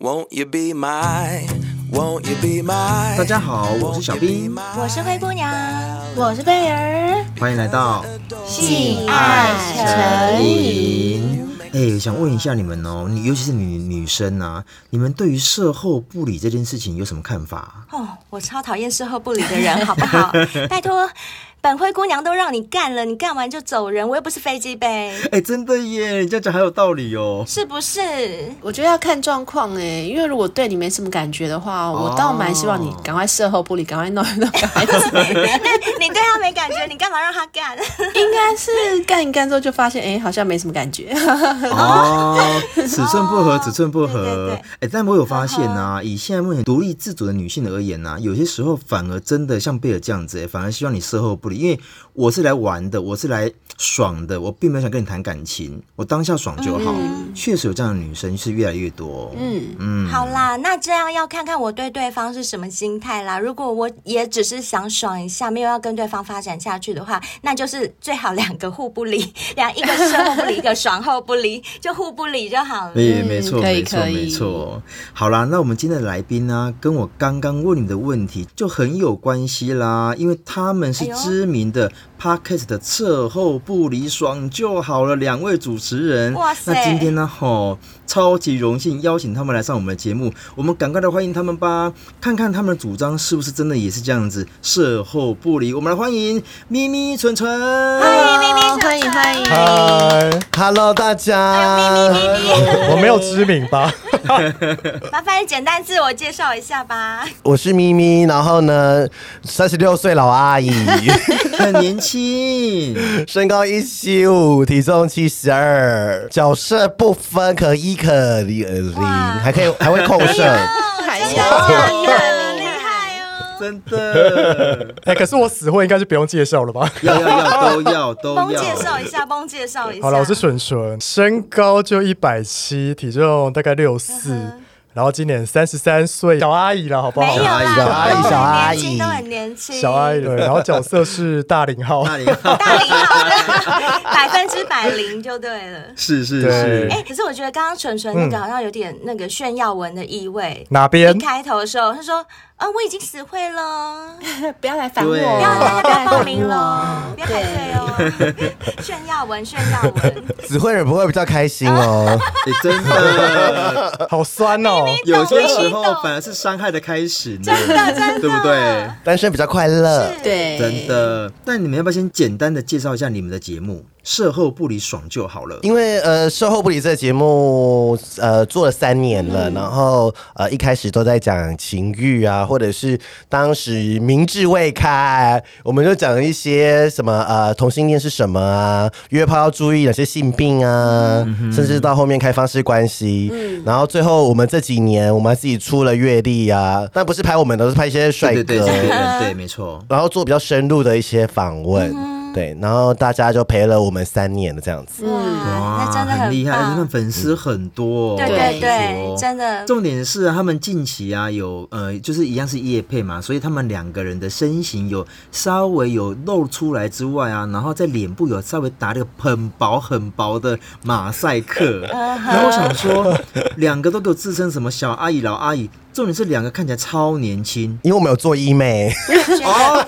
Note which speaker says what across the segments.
Speaker 1: Won't you be my? Won't you be my?
Speaker 2: 大家好，我是小兵，
Speaker 3: 我是灰姑娘，我是贝儿，
Speaker 2: 欢迎来到
Speaker 3: 性爱成
Speaker 2: 瘾。哎，想问一下你们哦，你尤其是女女生啊，你们对于售后不理这件事情有什么看法？
Speaker 3: 哦，我超讨厌事后不理的人，好不好？拜托，本灰姑娘都让你干了，你干完就走人，我又不是飞机杯，
Speaker 2: 哎，真的耶，你这样讲很有道理哦。
Speaker 3: 是 不是？
Speaker 4: 我觉得要看状况哎、因为如果对你没什么感觉的话，我倒蛮希望你赶快事后不理，赶快弄一弄，赶快走
Speaker 3: 你对他没感觉，你干嘛让他干？
Speaker 4: 应该是干一干之后就发现，哎、好像没什么感觉。
Speaker 2: 哦，尺寸不合，尺寸不合
Speaker 3: 对对。嗯
Speaker 2: 哎，但我有发现啊，以现在目前独立自主的女性而言呢、有些时候反而真的像贝尔这样子、哎，反而希望你事后不理，因为我是来玩的，我是来爽的，我并没有想跟你谈感情，我当下爽就好。
Speaker 3: 嗯
Speaker 2: 确实有这样的女生是越来越多。嗯嗯，
Speaker 3: 好啦，那这样要看看我对对方是什么心态啦。如果我也只是想爽一下，没有要跟对方发展下去的话，那就是最好两个互不理，两一个事后不理，一个爽后不理，就互不理就 好了。
Speaker 2: 哎，没错，
Speaker 4: 可以
Speaker 2: 没错，
Speaker 4: 可以
Speaker 2: 没错。好啦，那我们今天的来宾呢、跟我刚刚问你的问题就很有关系啦，因为他们是
Speaker 3: 哎呦
Speaker 2: 知名的 podcast 的测后不离爽就好了两位主持人。
Speaker 3: 哇塞
Speaker 2: 那今天呢，吼，超级荣幸邀请他们来上我们的节目，我们赶快来欢迎他们吧，看看他们的主张是不是真的也是这样子，售后不离。我们来欢迎咪咪纯纯。
Speaker 4: 欢迎欢迎，
Speaker 5: 嗨，Hello 大家， 我没有知名吧？
Speaker 3: 麻烦你简单自我介绍一下吧。
Speaker 5: 我是咪咪，然后呢，三十六岁老阿姨，
Speaker 2: 很年轻，
Speaker 5: 身高一七五，体重七十二，角色不分，可一可零，
Speaker 3: 哇
Speaker 5: 还可以还会控射。
Speaker 4: 还
Speaker 3: 真
Speaker 4: 是
Speaker 3: 的
Speaker 4: 要
Speaker 3: 假
Speaker 4: 讲
Speaker 3: 的？厉害哦！
Speaker 2: 真的。
Speaker 6: 哎、可是我死会应该就不用介绍了吧？
Speaker 2: 要要要都 要都要。
Speaker 3: 帮介绍一下，帮介绍一下。
Speaker 6: 好了，我是纯纯，身高就一百七，体重大概六四、然后今年三十三岁，小阿姨了，好不
Speaker 3: 没
Speaker 6: 好
Speaker 3: 有？啦，
Speaker 5: 小阿姨
Speaker 3: 都很
Speaker 5: 小阿
Speaker 3: 年
Speaker 5: 姨
Speaker 3: 轻都很年轻，
Speaker 6: 小阿姨，对，然后角色是大龄号，
Speaker 2: 那你。
Speaker 3: 大龄好的，百分之百零就对了
Speaker 2: 是是
Speaker 6: 对
Speaker 2: 是
Speaker 3: 哎、，可是我觉得刚刚纯纯那
Speaker 6: 嗯
Speaker 3: 个好像有点那个炫耀文的意味。
Speaker 6: 哪边
Speaker 3: 一？开头的时候，他说：“啊，我已经死会
Speaker 6: 哦
Speaker 3: 了，
Speaker 4: 不要来烦我，
Speaker 2: 对
Speaker 3: 不要大家不要报名
Speaker 4: 了。
Speaker 3: 了，不要排队哦。”炫耀文，炫耀文，
Speaker 5: 只会人不会比较开心哦。
Speaker 2: 你哎真 的
Speaker 6: 好酸哦、
Speaker 2: 有些时候反而是伤害的开始呢，真
Speaker 3: 的真的哎
Speaker 2: 对不对？
Speaker 5: 单身比较快乐，
Speaker 4: 对，
Speaker 2: 真。的。那你们要不要先简单的介绍一下你们的节目？事后不离爽就好了。
Speaker 5: 因为呃，售后不理这个节目呃做了三年了，
Speaker 2: 嗯
Speaker 5: 然后呃一开始都在讲情欲啊，或者是当时明智未开，我们就讲一些什么呃同性恋是什么啊，约炮要注意哪些性病
Speaker 2: 嗯
Speaker 5: 啊，甚至到后面开放式关系，然后最后我们这几年我们还自己出了阅历啊，但不是拍我们的，都是拍一些帅
Speaker 2: 对对
Speaker 5: 哥，
Speaker 2: 对对嗯对对，没 错。
Speaker 5: 然后做比较深入的一些访问，对，然后大家就陪了我们三年的这样子。
Speaker 3: 哇，嗯那真的
Speaker 2: 很厉害，而且他
Speaker 3: 棒
Speaker 2: 们粉丝很多哦、
Speaker 3: 对对
Speaker 2: 哦
Speaker 3: 对，真的
Speaker 2: 重点是啊他们近期啊有呃，就是一样是夜配嘛，所以他们两个人的身形有稍微有露出来之外啊，然后在脸部有稍微打了个很薄很薄的马赛 克。然后我想说，两个都给我自称什么小阿姨、老阿姨，重点是两个看起来超年轻。
Speaker 5: 因为我们有做医美，
Speaker 4: 这么
Speaker 3: 哦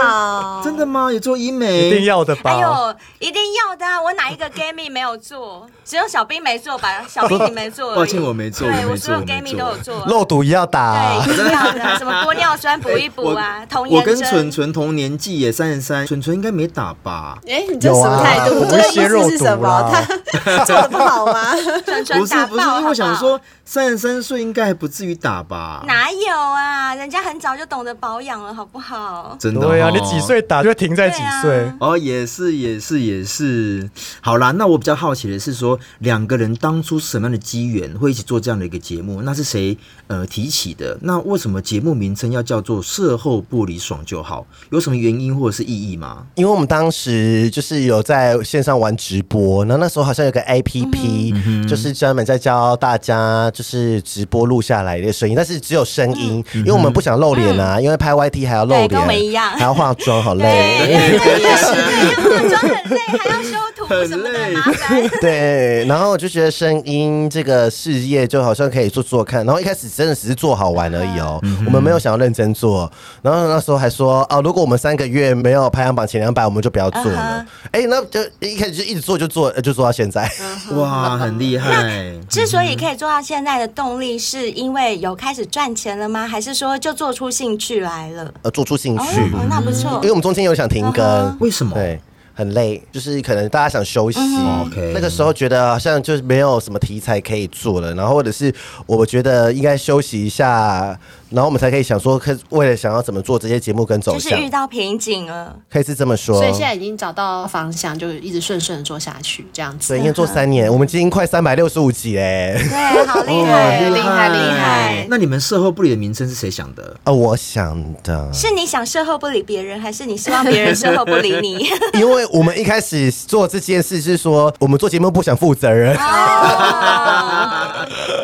Speaker 4: 好，
Speaker 2: 真的吗？有做医
Speaker 6: 一定
Speaker 2: 美？
Speaker 6: 要的
Speaker 3: 哎
Speaker 6: 吧？
Speaker 3: 呦，一定要的啊！我哪一个 gay 蜜没有做？只有小兵没做吧？小兵你没做而 已，
Speaker 2: 抱歉我没做
Speaker 3: 对
Speaker 2: 我没
Speaker 3: 我所有
Speaker 2: 做
Speaker 3: gay
Speaker 2: 我没
Speaker 3: 蜜
Speaker 2: 做
Speaker 3: 都有做。
Speaker 5: 肉毒也要打。
Speaker 3: 对，一定要的，什么玻尿酸补一补啊，童
Speaker 2: 我
Speaker 3: 颜
Speaker 2: 跟
Speaker 3: 针
Speaker 2: 纯纯同年纪耶，三十三，纯纯应该没打吧？
Speaker 4: 哎、你这什么态度？
Speaker 6: 有啊
Speaker 4: 这个意思是什么？他做的不好吗？
Speaker 3: 纯
Speaker 2: 不
Speaker 3: 纯
Speaker 2: 是
Speaker 3: 打爆
Speaker 2: 不是，因为我想，
Speaker 3: 好
Speaker 2: 说三十三岁应该还不至于打吧
Speaker 3: 不好？哪有啊？人家很早就懂得保养了，好不好？
Speaker 2: 真的、
Speaker 6: 对啊，你几？岁打就会停在几
Speaker 3: 对
Speaker 6: 岁
Speaker 3: 啊，
Speaker 2: 哦，也是也是也是。好啦，那我比较好奇的是说，两个人当初是什么样的机缘会一起做这样的一个节目？那是谁呃提起的？那为什么节目名称要叫做“事后不离爽就好”？有什么原因或者是意义吗？
Speaker 5: 因为我们当时就是有在线上玩直播，然后
Speaker 3: 嗯
Speaker 5: 那时候好像有个 A P P，、就是专门在教大家就是直播录下来的声音，但是只有声音，因为我们不想露脸啊，因为拍 YT 还要
Speaker 3: 嗯
Speaker 5: 露
Speaker 3: 对
Speaker 5: 脸，
Speaker 3: 跟我们一样
Speaker 5: 还要化妆，好累。
Speaker 3: 对对对 对，化妆很累，还要修图什么的，麻烦。
Speaker 5: 对，然后我就觉得声音这个事业就好像可以做做看，然后一开始真的只是做好玩而已哦，
Speaker 3: 嗯
Speaker 5: 我们没有想要认真做。然后那时候还说哦，如果我们三个月没有排行榜前两百，我们就不要做
Speaker 3: 嗯
Speaker 5: 了。哎、那就一开始就一直做就做，呃就做到现在。
Speaker 3: 嗯
Speaker 2: 哇，很厉害。
Speaker 3: 之所以可以做到现在的动力，是因为有开始赚钱了吗？还是说就做出兴趣来了？
Speaker 5: 呃，做出兴
Speaker 3: 哦
Speaker 5: 趣，，
Speaker 3: 那嗯不错
Speaker 5: 因为。我们中间有想停更，
Speaker 2: 为什么？
Speaker 5: 对。很累，就是可能大家想休息。
Speaker 2: OK
Speaker 5: 那个时候觉得好像就是没有什么题材可以做了，然后或者是我觉得应该休息一下，然后我们才可以想说，可为了想要怎么做这些节目跟走
Speaker 3: 就是
Speaker 5: 向
Speaker 3: 遇，到瓶颈了，
Speaker 5: 可以是这么说。
Speaker 4: 所以现在已经找到方向，就一直顺顺的做下去，这样子
Speaker 5: 对，。因为做三年，我们今天快三百六十五集 嘞。
Speaker 3: 对，好厉
Speaker 2: 哇
Speaker 3: 害，
Speaker 4: 厉害厉
Speaker 3: 害
Speaker 2: 那你们售后部里的名称是谁想的？
Speaker 5: 呃，我想的，
Speaker 3: 是你想售后不理别人，还是你希望别人售后不理你？
Speaker 5: 因为我们一开始做这件事是说，我们做节目不想负责 任。
Speaker 3: 哦，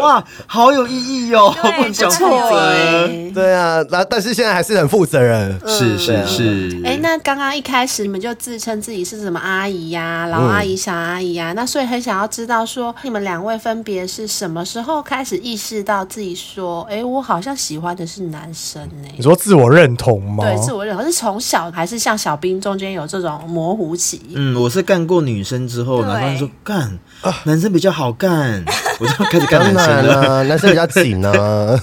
Speaker 2: 哇，好有意义哦！
Speaker 3: 对
Speaker 2: 不想
Speaker 3: 不
Speaker 2: 负
Speaker 3: 错
Speaker 2: 责，
Speaker 5: 对啊，然后但是现在还是很负责任。
Speaker 2: 是是是。
Speaker 4: 哎，那刚刚一开始你们就自称自己是什么阿姨呀、老阿姨、小阿姨呀、那所以很想要知道说，你们两位分别是什么时候开始意识到自己说，哎，我好像喜欢的是男生呢、
Speaker 6: 你说自我认同吗？
Speaker 4: 对，自我认同是从小还是像小兵中间有这种模糊期？
Speaker 2: 嗯，我是干过女生之后，
Speaker 3: 对
Speaker 2: 然后他说干，
Speaker 5: 啊
Speaker 2: 男生比较好 干，我就开始干
Speaker 5: 当
Speaker 2: 男
Speaker 5: 然
Speaker 2: 生了。
Speaker 5: 了，男生比较紧 啊。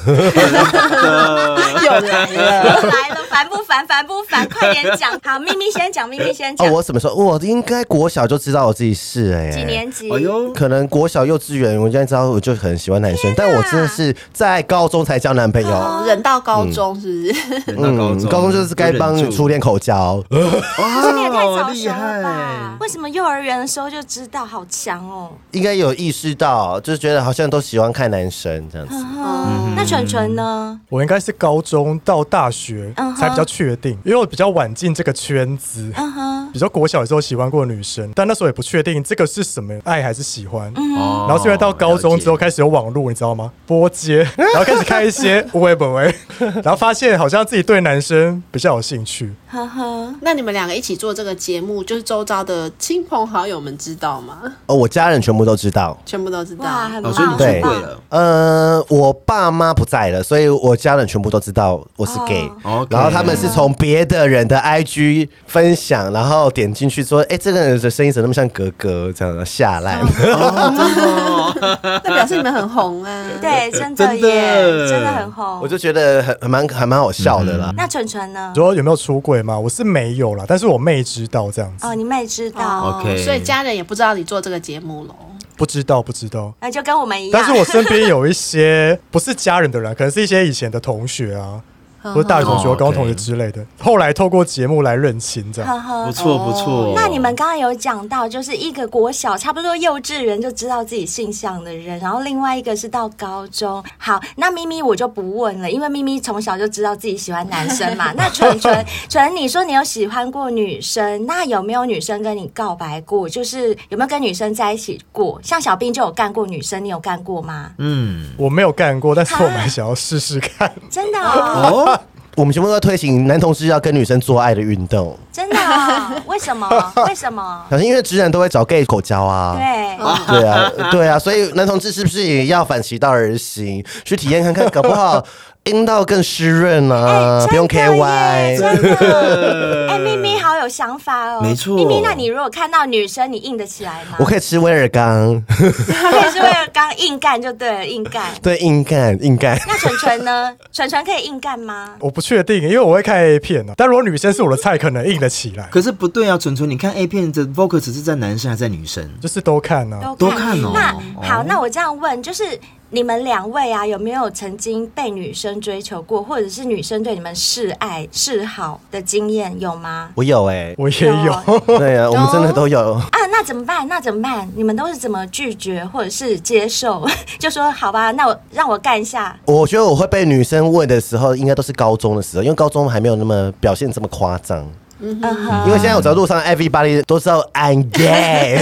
Speaker 4: 又来了。
Speaker 3: 来了，烦不烦？烦不烦？快点讲。好，咪咪先讲，咪咪先
Speaker 5: 哦
Speaker 3: 讲，。
Speaker 5: 我什么时候？我应该国小就知道我自己是哎、
Speaker 3: 几年级？
Speaker 2: 哎呦，
Speaker 5: 可能国小、幼稚园，我现在知道我就很喜欢男生，但我真的是在高中才交男朋友。
Speaker 3: 哦
Speaker 5: 嗯
Speaker 4: 忍到高中是不是？
Speaker 2: 等到高中，
Speaker 5: 高中就是该帮初恋口交，
Speaker 2: 呃
Speaker 3: 这哦你也太
Speaker 2: 哇，
Speaker 3: 早
Speaker 2: 啊厉
Speaker 3: 熟了吧
Speaker 2: 害！！
Speaker 3: 为什么幼儿园的时候就知道？好强哦！
Speaker 5: 应该有意识到，就是觉得好像都喜欢看男生这样子。
Speaker 3: 啊嗯那纯纯呢？
Speaker 6: 我应该是高中到大学
Speaker 3: 嗯哼
Speaker 6: 才比较确定，因为我比较晚进这个圈子。
Speaker 3: 嗯哼，
Speaker 6: 比较国小的时候喜欢过女生，但那时候也不确定这个是什么爱还是喜欢。
Speaker 3: 嗯
Speaker 2: 哦
Speaker 6: 然后是因为到高中之后
Speaker 2: 了解
Speaker 6: 开始有网络，你知道吗？波接， 然后开始看一些 web 喂，然后发现好像自己对男生比较有兴趣。
Speaker 3: 呵呵，
Speaker 4: 那你们两个一起做这个节目，就是周遭的亲朋好友们知道吗？
Speaker 5: 哦，我家人全部都知道。
Speaker 4: 全部都知道。
Speaker 3: 哇，很
Speaker 2: 哦，
Speaker 3: 棒，
Speaker 2: 所以你出柜
Speaker 3: 很
Speaker 5: 对
Speaker 3: 棒。
Speaker 2: 了。
Speaker 5: 呃，我爸妈不在了，所以我家人全部都知道我是 gay，、
Speaker 2: 哦，OK
Speaker 5: 然后他们是从别的人的 IG 分享，然后点进去说，哎、这个人的声音怎么那么像格格这样的下来？
Speaker 3: 哦
Speaker 4: 那表示你们很红啊。
Speaker 3: 对，真的
Speaker 2: 真的
Speaker 3: 耶，真的很红
Speaker 5: 我。就觉得很很蛮还蛮好笑的啦。
Speaker 3: 那纯纯呢
Speaker 6: 你？说有没有出轨吗？我是没有啦，但是我妹知道这样子，
Speaker 3: 哦，你妹知道，
Speaker 4: 哦
Speaker 2: OK
Speaker 4: 所以家人也不知道你做这个节目喽。
Speaker 6: 不知道不知道。
Speaker 3: 那就跟我们一样。
Speaker 6: 但是我身边有一些不是家人的人，可能是一些以前的同学啊，或者大学同学、
Speaker 2: 哦
Speaker 6: 高
Speaker 2: OK
Speaker 6: 中同学之类的，后来透过节目来认亲这 样。
Speaker 3: 呵呵
Speaker 2: 不。错不错。
Speaker 3: 那你们刚刚有讲到，就是一个国小差不多幼稚园就知道自己性向的人，然后另外一个是到高中。好，那咪咪我就不问了，因为咪咪从小就知道自己喜欢男生嘛。那纯纯纯，你说你有喜欢过女生，那有没有女生跟你告白过？就是有没有跟女生在一起过？像小兵就有干过女生，你有干过吗？
Speaker 2: 嗯，
Speaker 6: 我没有干过，但是我蛮想要试试看。
Speaker 3: 真的哦，
Speaker 5: 嗯
Speaker 2: 哦，
Speaker 5: 我们全部都在推行男同志要跟女生做爱的运动，
Speaker 3: 真的哦，为什么？为什么？
Speaker 5: 可是因为直男都会找 gay 口交啊。
Speaker 3: 对，
Speaker 5: 对啊，对啊，所以男同志是不是也要反其道而行，去体验看看，搞 不好阴道更湿润啊，不
Speaker 3: 哎
Speaker 5: 用
Speaker 3: 真的
Speaker 5: K
Speaker 3: 耶
Speaker 5: Y。
Speaker 3: 真的。 哎，咪咪好有想法哦，
Speaker 2: 呃没错
Speaker 3: 咪咪，那你如果看到女生，你硬得起来吗？
Speaker 5: 我可以吃威尔刚，
Speaker 3: 可以是为了刚硬干就对了，硬 干。
Speaker 5: 对，硬干硬干。
Speaker 3: 那纯纯呢？纯纯可以硬干吗？
Speaker 6: 我不确定，因为我会看 A 片啊。但如果女生是我的菜，可能硬得起来，
Speaker 2: 可是不对啊，纯纯，你看 A 片的 focus 是在男生还是在女生？
Speaker 6: 就是都看啊。
Speaker 2: 多看哦
Speaker 3: 那好
Speaker 2: 哦，
Speaker 3: 那我这样问，就是你们两位啊，有没有曾经被女生追求过，或者是女生对你们示爱示好的经验有吗？
Speaker 5: 我有哎、
Speaker 6: 我也
Speaker 2: 哦
Speaker 6: 有，
Speaker 5: 对啊，我们真的都有。
Speaker 3: 啊，那怎么办？那怎么办？你们都是怎么拒绝或者是接受？ 就说好吧，那我让我干一下。
Speaker 5: 我觉得我会被女生问的时候，应该都是高中的时候，因为高中还没有那么表现这么夸张。
Speaker 3: 嗯哼，
Speaker 5: 因为现在我走在路上，everybody 都知道 I'm gay。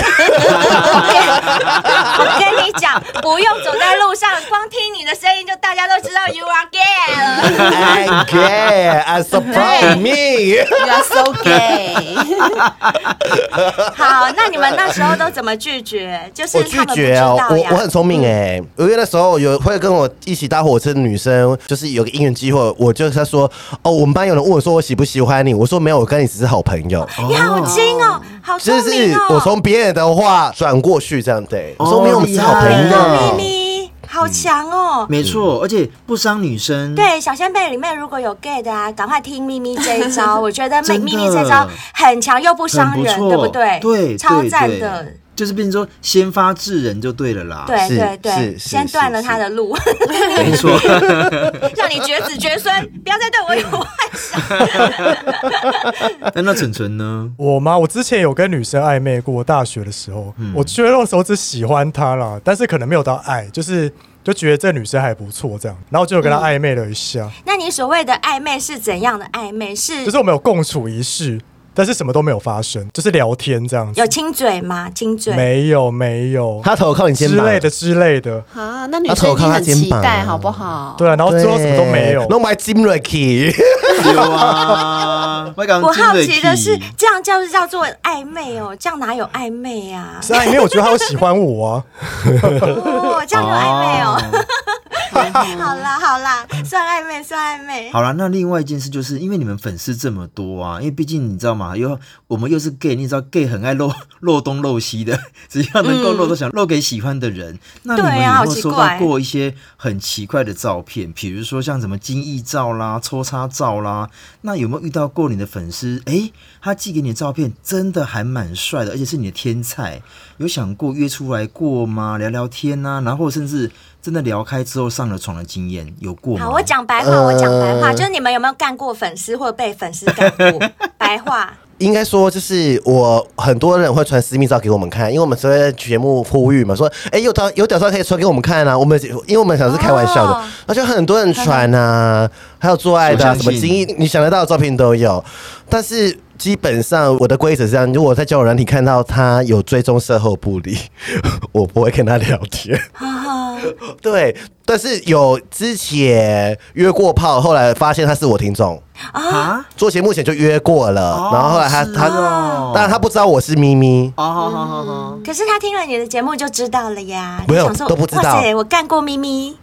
Speaker 3: 我跟你讲，不用走在路上，光听你的声音就大家都知道 you are gay 了。
Speaker 5: I'm gay, I support me。
Speaker 4: You are so gay。
Speaker 3: 好，那你们那时候都怎么拒绝？就是
Speaker 5: 我
Speaker 3: 他
Speaker 5: 拒
Speaker 3: 们不知
Speaker 5: 绝哦，
Speaker 3: 道
Speaker 5: 我
Speaker 3: 呀
Speaker 5: 我。很聪明哎、因为那时候有会跟我一起搭火车的女生，就是有个姻缘机会，我就在说哦，我们班有人问我说我喜不喜欢你，我说没有，我跟你只是好朋友。
Speaker 3: 你好精哦，好聪
Speaker 5: 就是
Speaker 3: 明哦！
Speaker 5: 我从别人的话转过去这样对，我说没有，我们是好朋
Speaker 2: 厉
Speaker 5: 友
Speaker 2: 害。
Speaker 3: 咪
Speaker 5: 嗯
Speaker 3: 咪好强哦。
Speaker 2: 没错，而且不伤女生。
Speaker 3: 对，小仙贝里面如果有 gay 的啊，赶快听咪咪这一招，我觉得咪
Speaker 2: 真的
Speaker 3: 咪咪这招很强又不伤
Speaker 2: 很不
Speaker 3: 人，
Speaker 2: 错，
Speaker 3: 对不对？
Speaker 2: 对，
Speaker 3: 超
Speaker 2: 对
Speaker 3: 赞
Speaker 2: 对
Speaker 3: 的。
Speaker 2: 就是变成说先发制人就对了啦。
Speaker 3: 对
Speaker 5: 是
Speaker 3: 对对，
Speaker 5: 是是
Speaker 3: 先断了
Speaker 5: 是
Speaker 3: 他的路，
Speaker 2: 没错，
Speaker 3: 让你绝子绝孙，不要再对我有 幻想。
Speaker 2: 但那蠢蠢 呢？
Speaker 6: 我吗？我之前有跟女生暧昧过，大学的时候，我觉得那时候只喜欢她啦，但是可能没有到爱，就是就觉得这女生还不错这样，然后就有
Speaker 2: 嗯
Speaker 6: 跟她暧昧了一下，
Speaker 3: 那你所谓的暧昧是怎样的暧昧？是
Speaker 6: 就是我们有共处一室，但是什么都没有发生，就是聊天这样子
Speaker 3: 有，亲嘴吗？亲嘴。
Speaker 6: 没有没有
Speaker 5: 他头靠你肩
Speaker 6: 之
Speaker 5: 膀
Speaker 6: 类的之类的，
Speaker 4: 啊，那女生一定很期待，好不好？
Speaker 6: 对啊，然后
Speaker 5: 对，
Speaker 6: 最后什么都没有，
Speaker 5: 弄埋金瑞奇，
Speaker 2: 有啊，我
Speaker 3: 我好
Speaker 2: 刚
Speaker 3: 奇的是，这样叫叫做暧昧哦，这样哪有暧昧啊呀、
Speaker 6: 是暧昧，我觉得她有喜欢我啊，
Speaker 3: 哦，这样有暧昧哦。
Speaker 5: 啊
Speaker 3: 好啦好啦，算暧昧算暧昧。
Speaker 2: 好啦，那另外一件事就是，因为你们粉丝这么多啊，因为毕竟你知道嘛，又我们又是 gay，你知道 gay 很爱 漏漏东漏西的， 只要能够漏都想漏给喜欢的人。那你
Speaker 3: 嗯对
Speaker 2: 们
Speaker 3: 啊
Speaker 2: 有
Speaker 3: 好
Speaker 2: 没有
Speaker 3: 奇
Speaker 2: 收
Speaker 3: 怪
Speaker 2: 到过一些很奇怪的照片？比如说像什么精益照啦、抽插照啦，那有没有遇到过你的粉丝？诶、他寄给你的照片真的还蛮帅的，而且是你的天菜，有想过约出来过吗？聊聊天呐、然后甚至真的聊开之后上了床的经验有过吗？
Speaker 3: 好，我讲白话，我讲白
Speaker 5: 呃
Speaker 3: 话，就是你们有没有干过粉丝或被粉丝干过？白话，
Speaker 5: 应该说，就是我很多人会传私密照给我们看，因为我们所在节目呼吁嘛，说，哎、有屌有屌照可以传给我们看啊。我们因为我们想是开玩笑的
Speaker 3: 哦，
Speaker 5: 而且很多人传啊，还有做爱的、啊、
Speaker 2: 我
Speaker 5: 什
Speaker 2: 相
Speaker 5: 么
Speaker 2: 信
Speaker 5: 精益，你想得到的照片都有。但是基本上我的规则是这样，如果在交友软体看到他有追踪售后不理， 我不会跟他聊天。
Speaker 3: 哦
Speaker 5: 对，但是有之前约过炮，后来发现他是我听众。
Speaker 2: 啊。
Speaker 5: 做节目前就约过了，
Speaker 2: 哦
Speaker 5: 然后后来他、
Speaker 2: 是
Speaker 5: 他，
Speaker 2: 哦
Speaker 5: 当然他不知道我是 咪咪，
Speaker 2: 哦，好好好好，
Speaker 3: 可是他听了你的节目就知道了呀。
Speaker 5: 没有
Speaker 3: 就想说
Speaker 5: 都不知道
Speaker 3: 哇塞，我干过咪咪，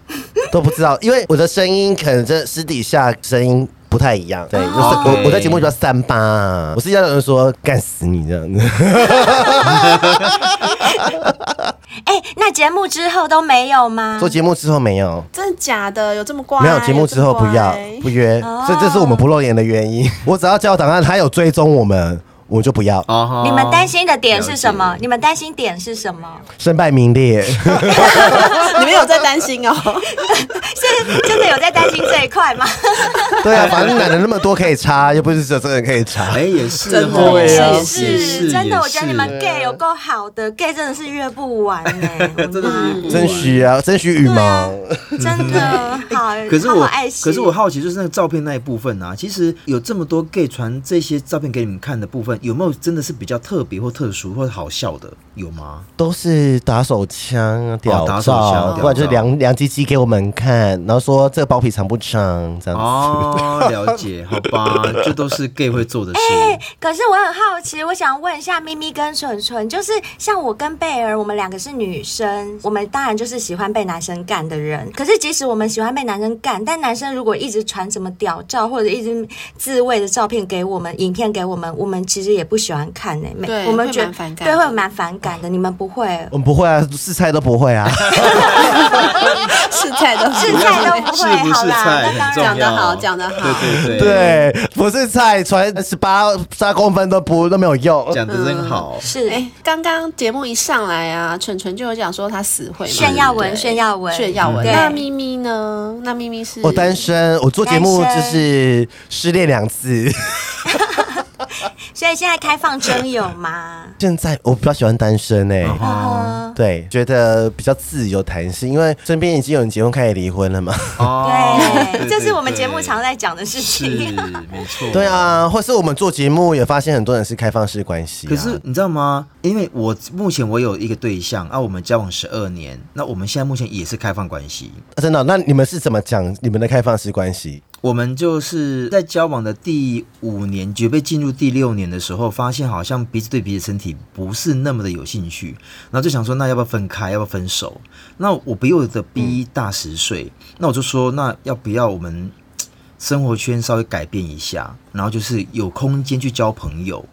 Speaker 5: 都不知道，因为我的声音可能这私底下声音不太一样，对，就是我
Speaker 2: 哦 OK
Speaker 5: 我在节目叫三八啊，我是要有人说干死你这样子，
Speaker 3: 哎、那节目之后都没有吗？
Speaker 5: 做节目之后没有。
Speaker 4: 真的假的？有这么乖？
Speaker 5: 没有节目之后不要不约，
Speaker 2: 哦
Speaker 5: 所以这是我们不露脸的原因。我只要交友档案，他有追踪我们，我就不要，
Speaker 2: 哦好
Speaker 3: 你们担心的点是什么？你们担心点是什么？
Speaker 5: 身败 名裂。
Speaker 4: 要， 你们有在担心哦？
Speaker 3: 是真的有在担心这一块吗？
Speaker 5: 对啊，反正男的那么多可以插，又不是只有这个人可以插。
Speaker 2: 哎，也是
Speaker 4: 真的
Speaker 2: 哦，
Speaker 4: 对 啊
Speaker 2: 也是，也是
Speaker 3: 真
Speaker 2: 也
Speaker 3: 的，我觉得你们
Speaker 2: 是
Speaker 3: gay 有够好的，gay 真的是约不完哎、我
Speaker 2: 真的是不
Speaker 5: 真虚啊，真虚羽毛。
Speaker 3: 真的好，
Speaker 2: 哎可是
Speaker 3: 好好
Speaker 2: 我
Speaker 3: 爱，惜。
Speaker 2: 可是我好奇，就是那个照片那一部分啊，其实有这么多 gay 传这些照片给你们看的部分，有没有真的是比较特别或特殊或者好笑的？有吗？
Speaker 5: 都是打手枪、啊，屌
Speaker 2: 哦打手枪屌
Speaker 5: 照，
Speaker 2: 照
Speaker 5: 不然就是量量鸡鸡给我们看，然后说这个包皮长不长这样子。
Speaker 2: 哦， 了解，好 吧，这都是 gay 会做的事。
Speaker 3: 可是我很好奇，我想问一下咪咪跟蠢蠢，就是像我跟贝儿，我们两个是女生，我们当然就是喜欢被男生干的人。可是即使我们喜欢被男生干，但男生如果一直传什么屌照或者一直自慰的照片给我们、影片给我们，我们其实也不喜欢看呢、没
Speaker 4: 对
Speaker 3: 我们觉
Speaker 4: 会蛮反感
Speaker 3: 对，
Speaker 4: 的
Speaker 3: 会蛮反感的。你们不会？
Speaker 5: 我们不会啊，试菜都不会啊。
Speaker 4: 是菜都
Speaker 3: 是菜都不
Speaker 2: 是
Speaker 3: 哎会，
Speaker 2: 不
Speaker 3: 好
Speaker 2: 是
Speaker 3: 啦，
Speaker 2: 菜
Speaker 3: 那
Speaker 2: 很重
Speaker 3: 当然
Speaker 4: 讲
Speaker 2: 要？
Speaker 4: 得好，讲得好。
Speaker 2: 对对对，
Speaker 5: 对，不是菜，传十八三公分都不都没有用。
Speaker 2: 讲的真好。
Speaker 3: 是。
Speaker 4: 哎，刚刚节目一上来啊，蠢蠢就有讲说他死会嘛
Speaker 3: 炫耀文
Speaker 4: 对
Speaker 3: 炫耀文
Speaker 4: 炫耀文。
Speaker 3: 对
Speaker 4: 那咪咪呢？那咪咪是
Speaker 5: 我单身，我做节目
Speaker 3: 单
Speaker 5: 就
Speaker 3: 身
Speaker 5: 是失恋 两次。
Speaker 3: 所以现在开放征友吗？
Speaker 5: 现在我比较喜欢单身哎、
Speaker 3: 哦，
Speaker 5: 对，觉得比较自由弹性，因为身边已经有人结婚开始离婚了嘛。
Speaker 2: 哦
Speaker 3: 对，这是我们节目常在讲的事
Speaker 2: 是
Speaker 3: 情。
Speaker 2: 没错，
Speaker 5: 对。啊，或是我们做节目也发现很多人是开放式关系、啊，
Speaker 2: 可是你知道吗？因为我目前我有一个对象啊，我们交往十二年，那我们现在目前也是开放关系，
Speaker 5: 啊真的哦、那你们是怎么讲你们的开放式关系？
Speaker 2: 我们就是在交往的第五年，准备进入第六年的时候，发现好像彼此对彼此身体不是那么的有兴趣，然后就想说，那要不要分开，要不要分手？那我比我的 B 大十岁，那我就说，那要不要我们嘖生活圈稍微改变一下，然后就是有空间去交朋友，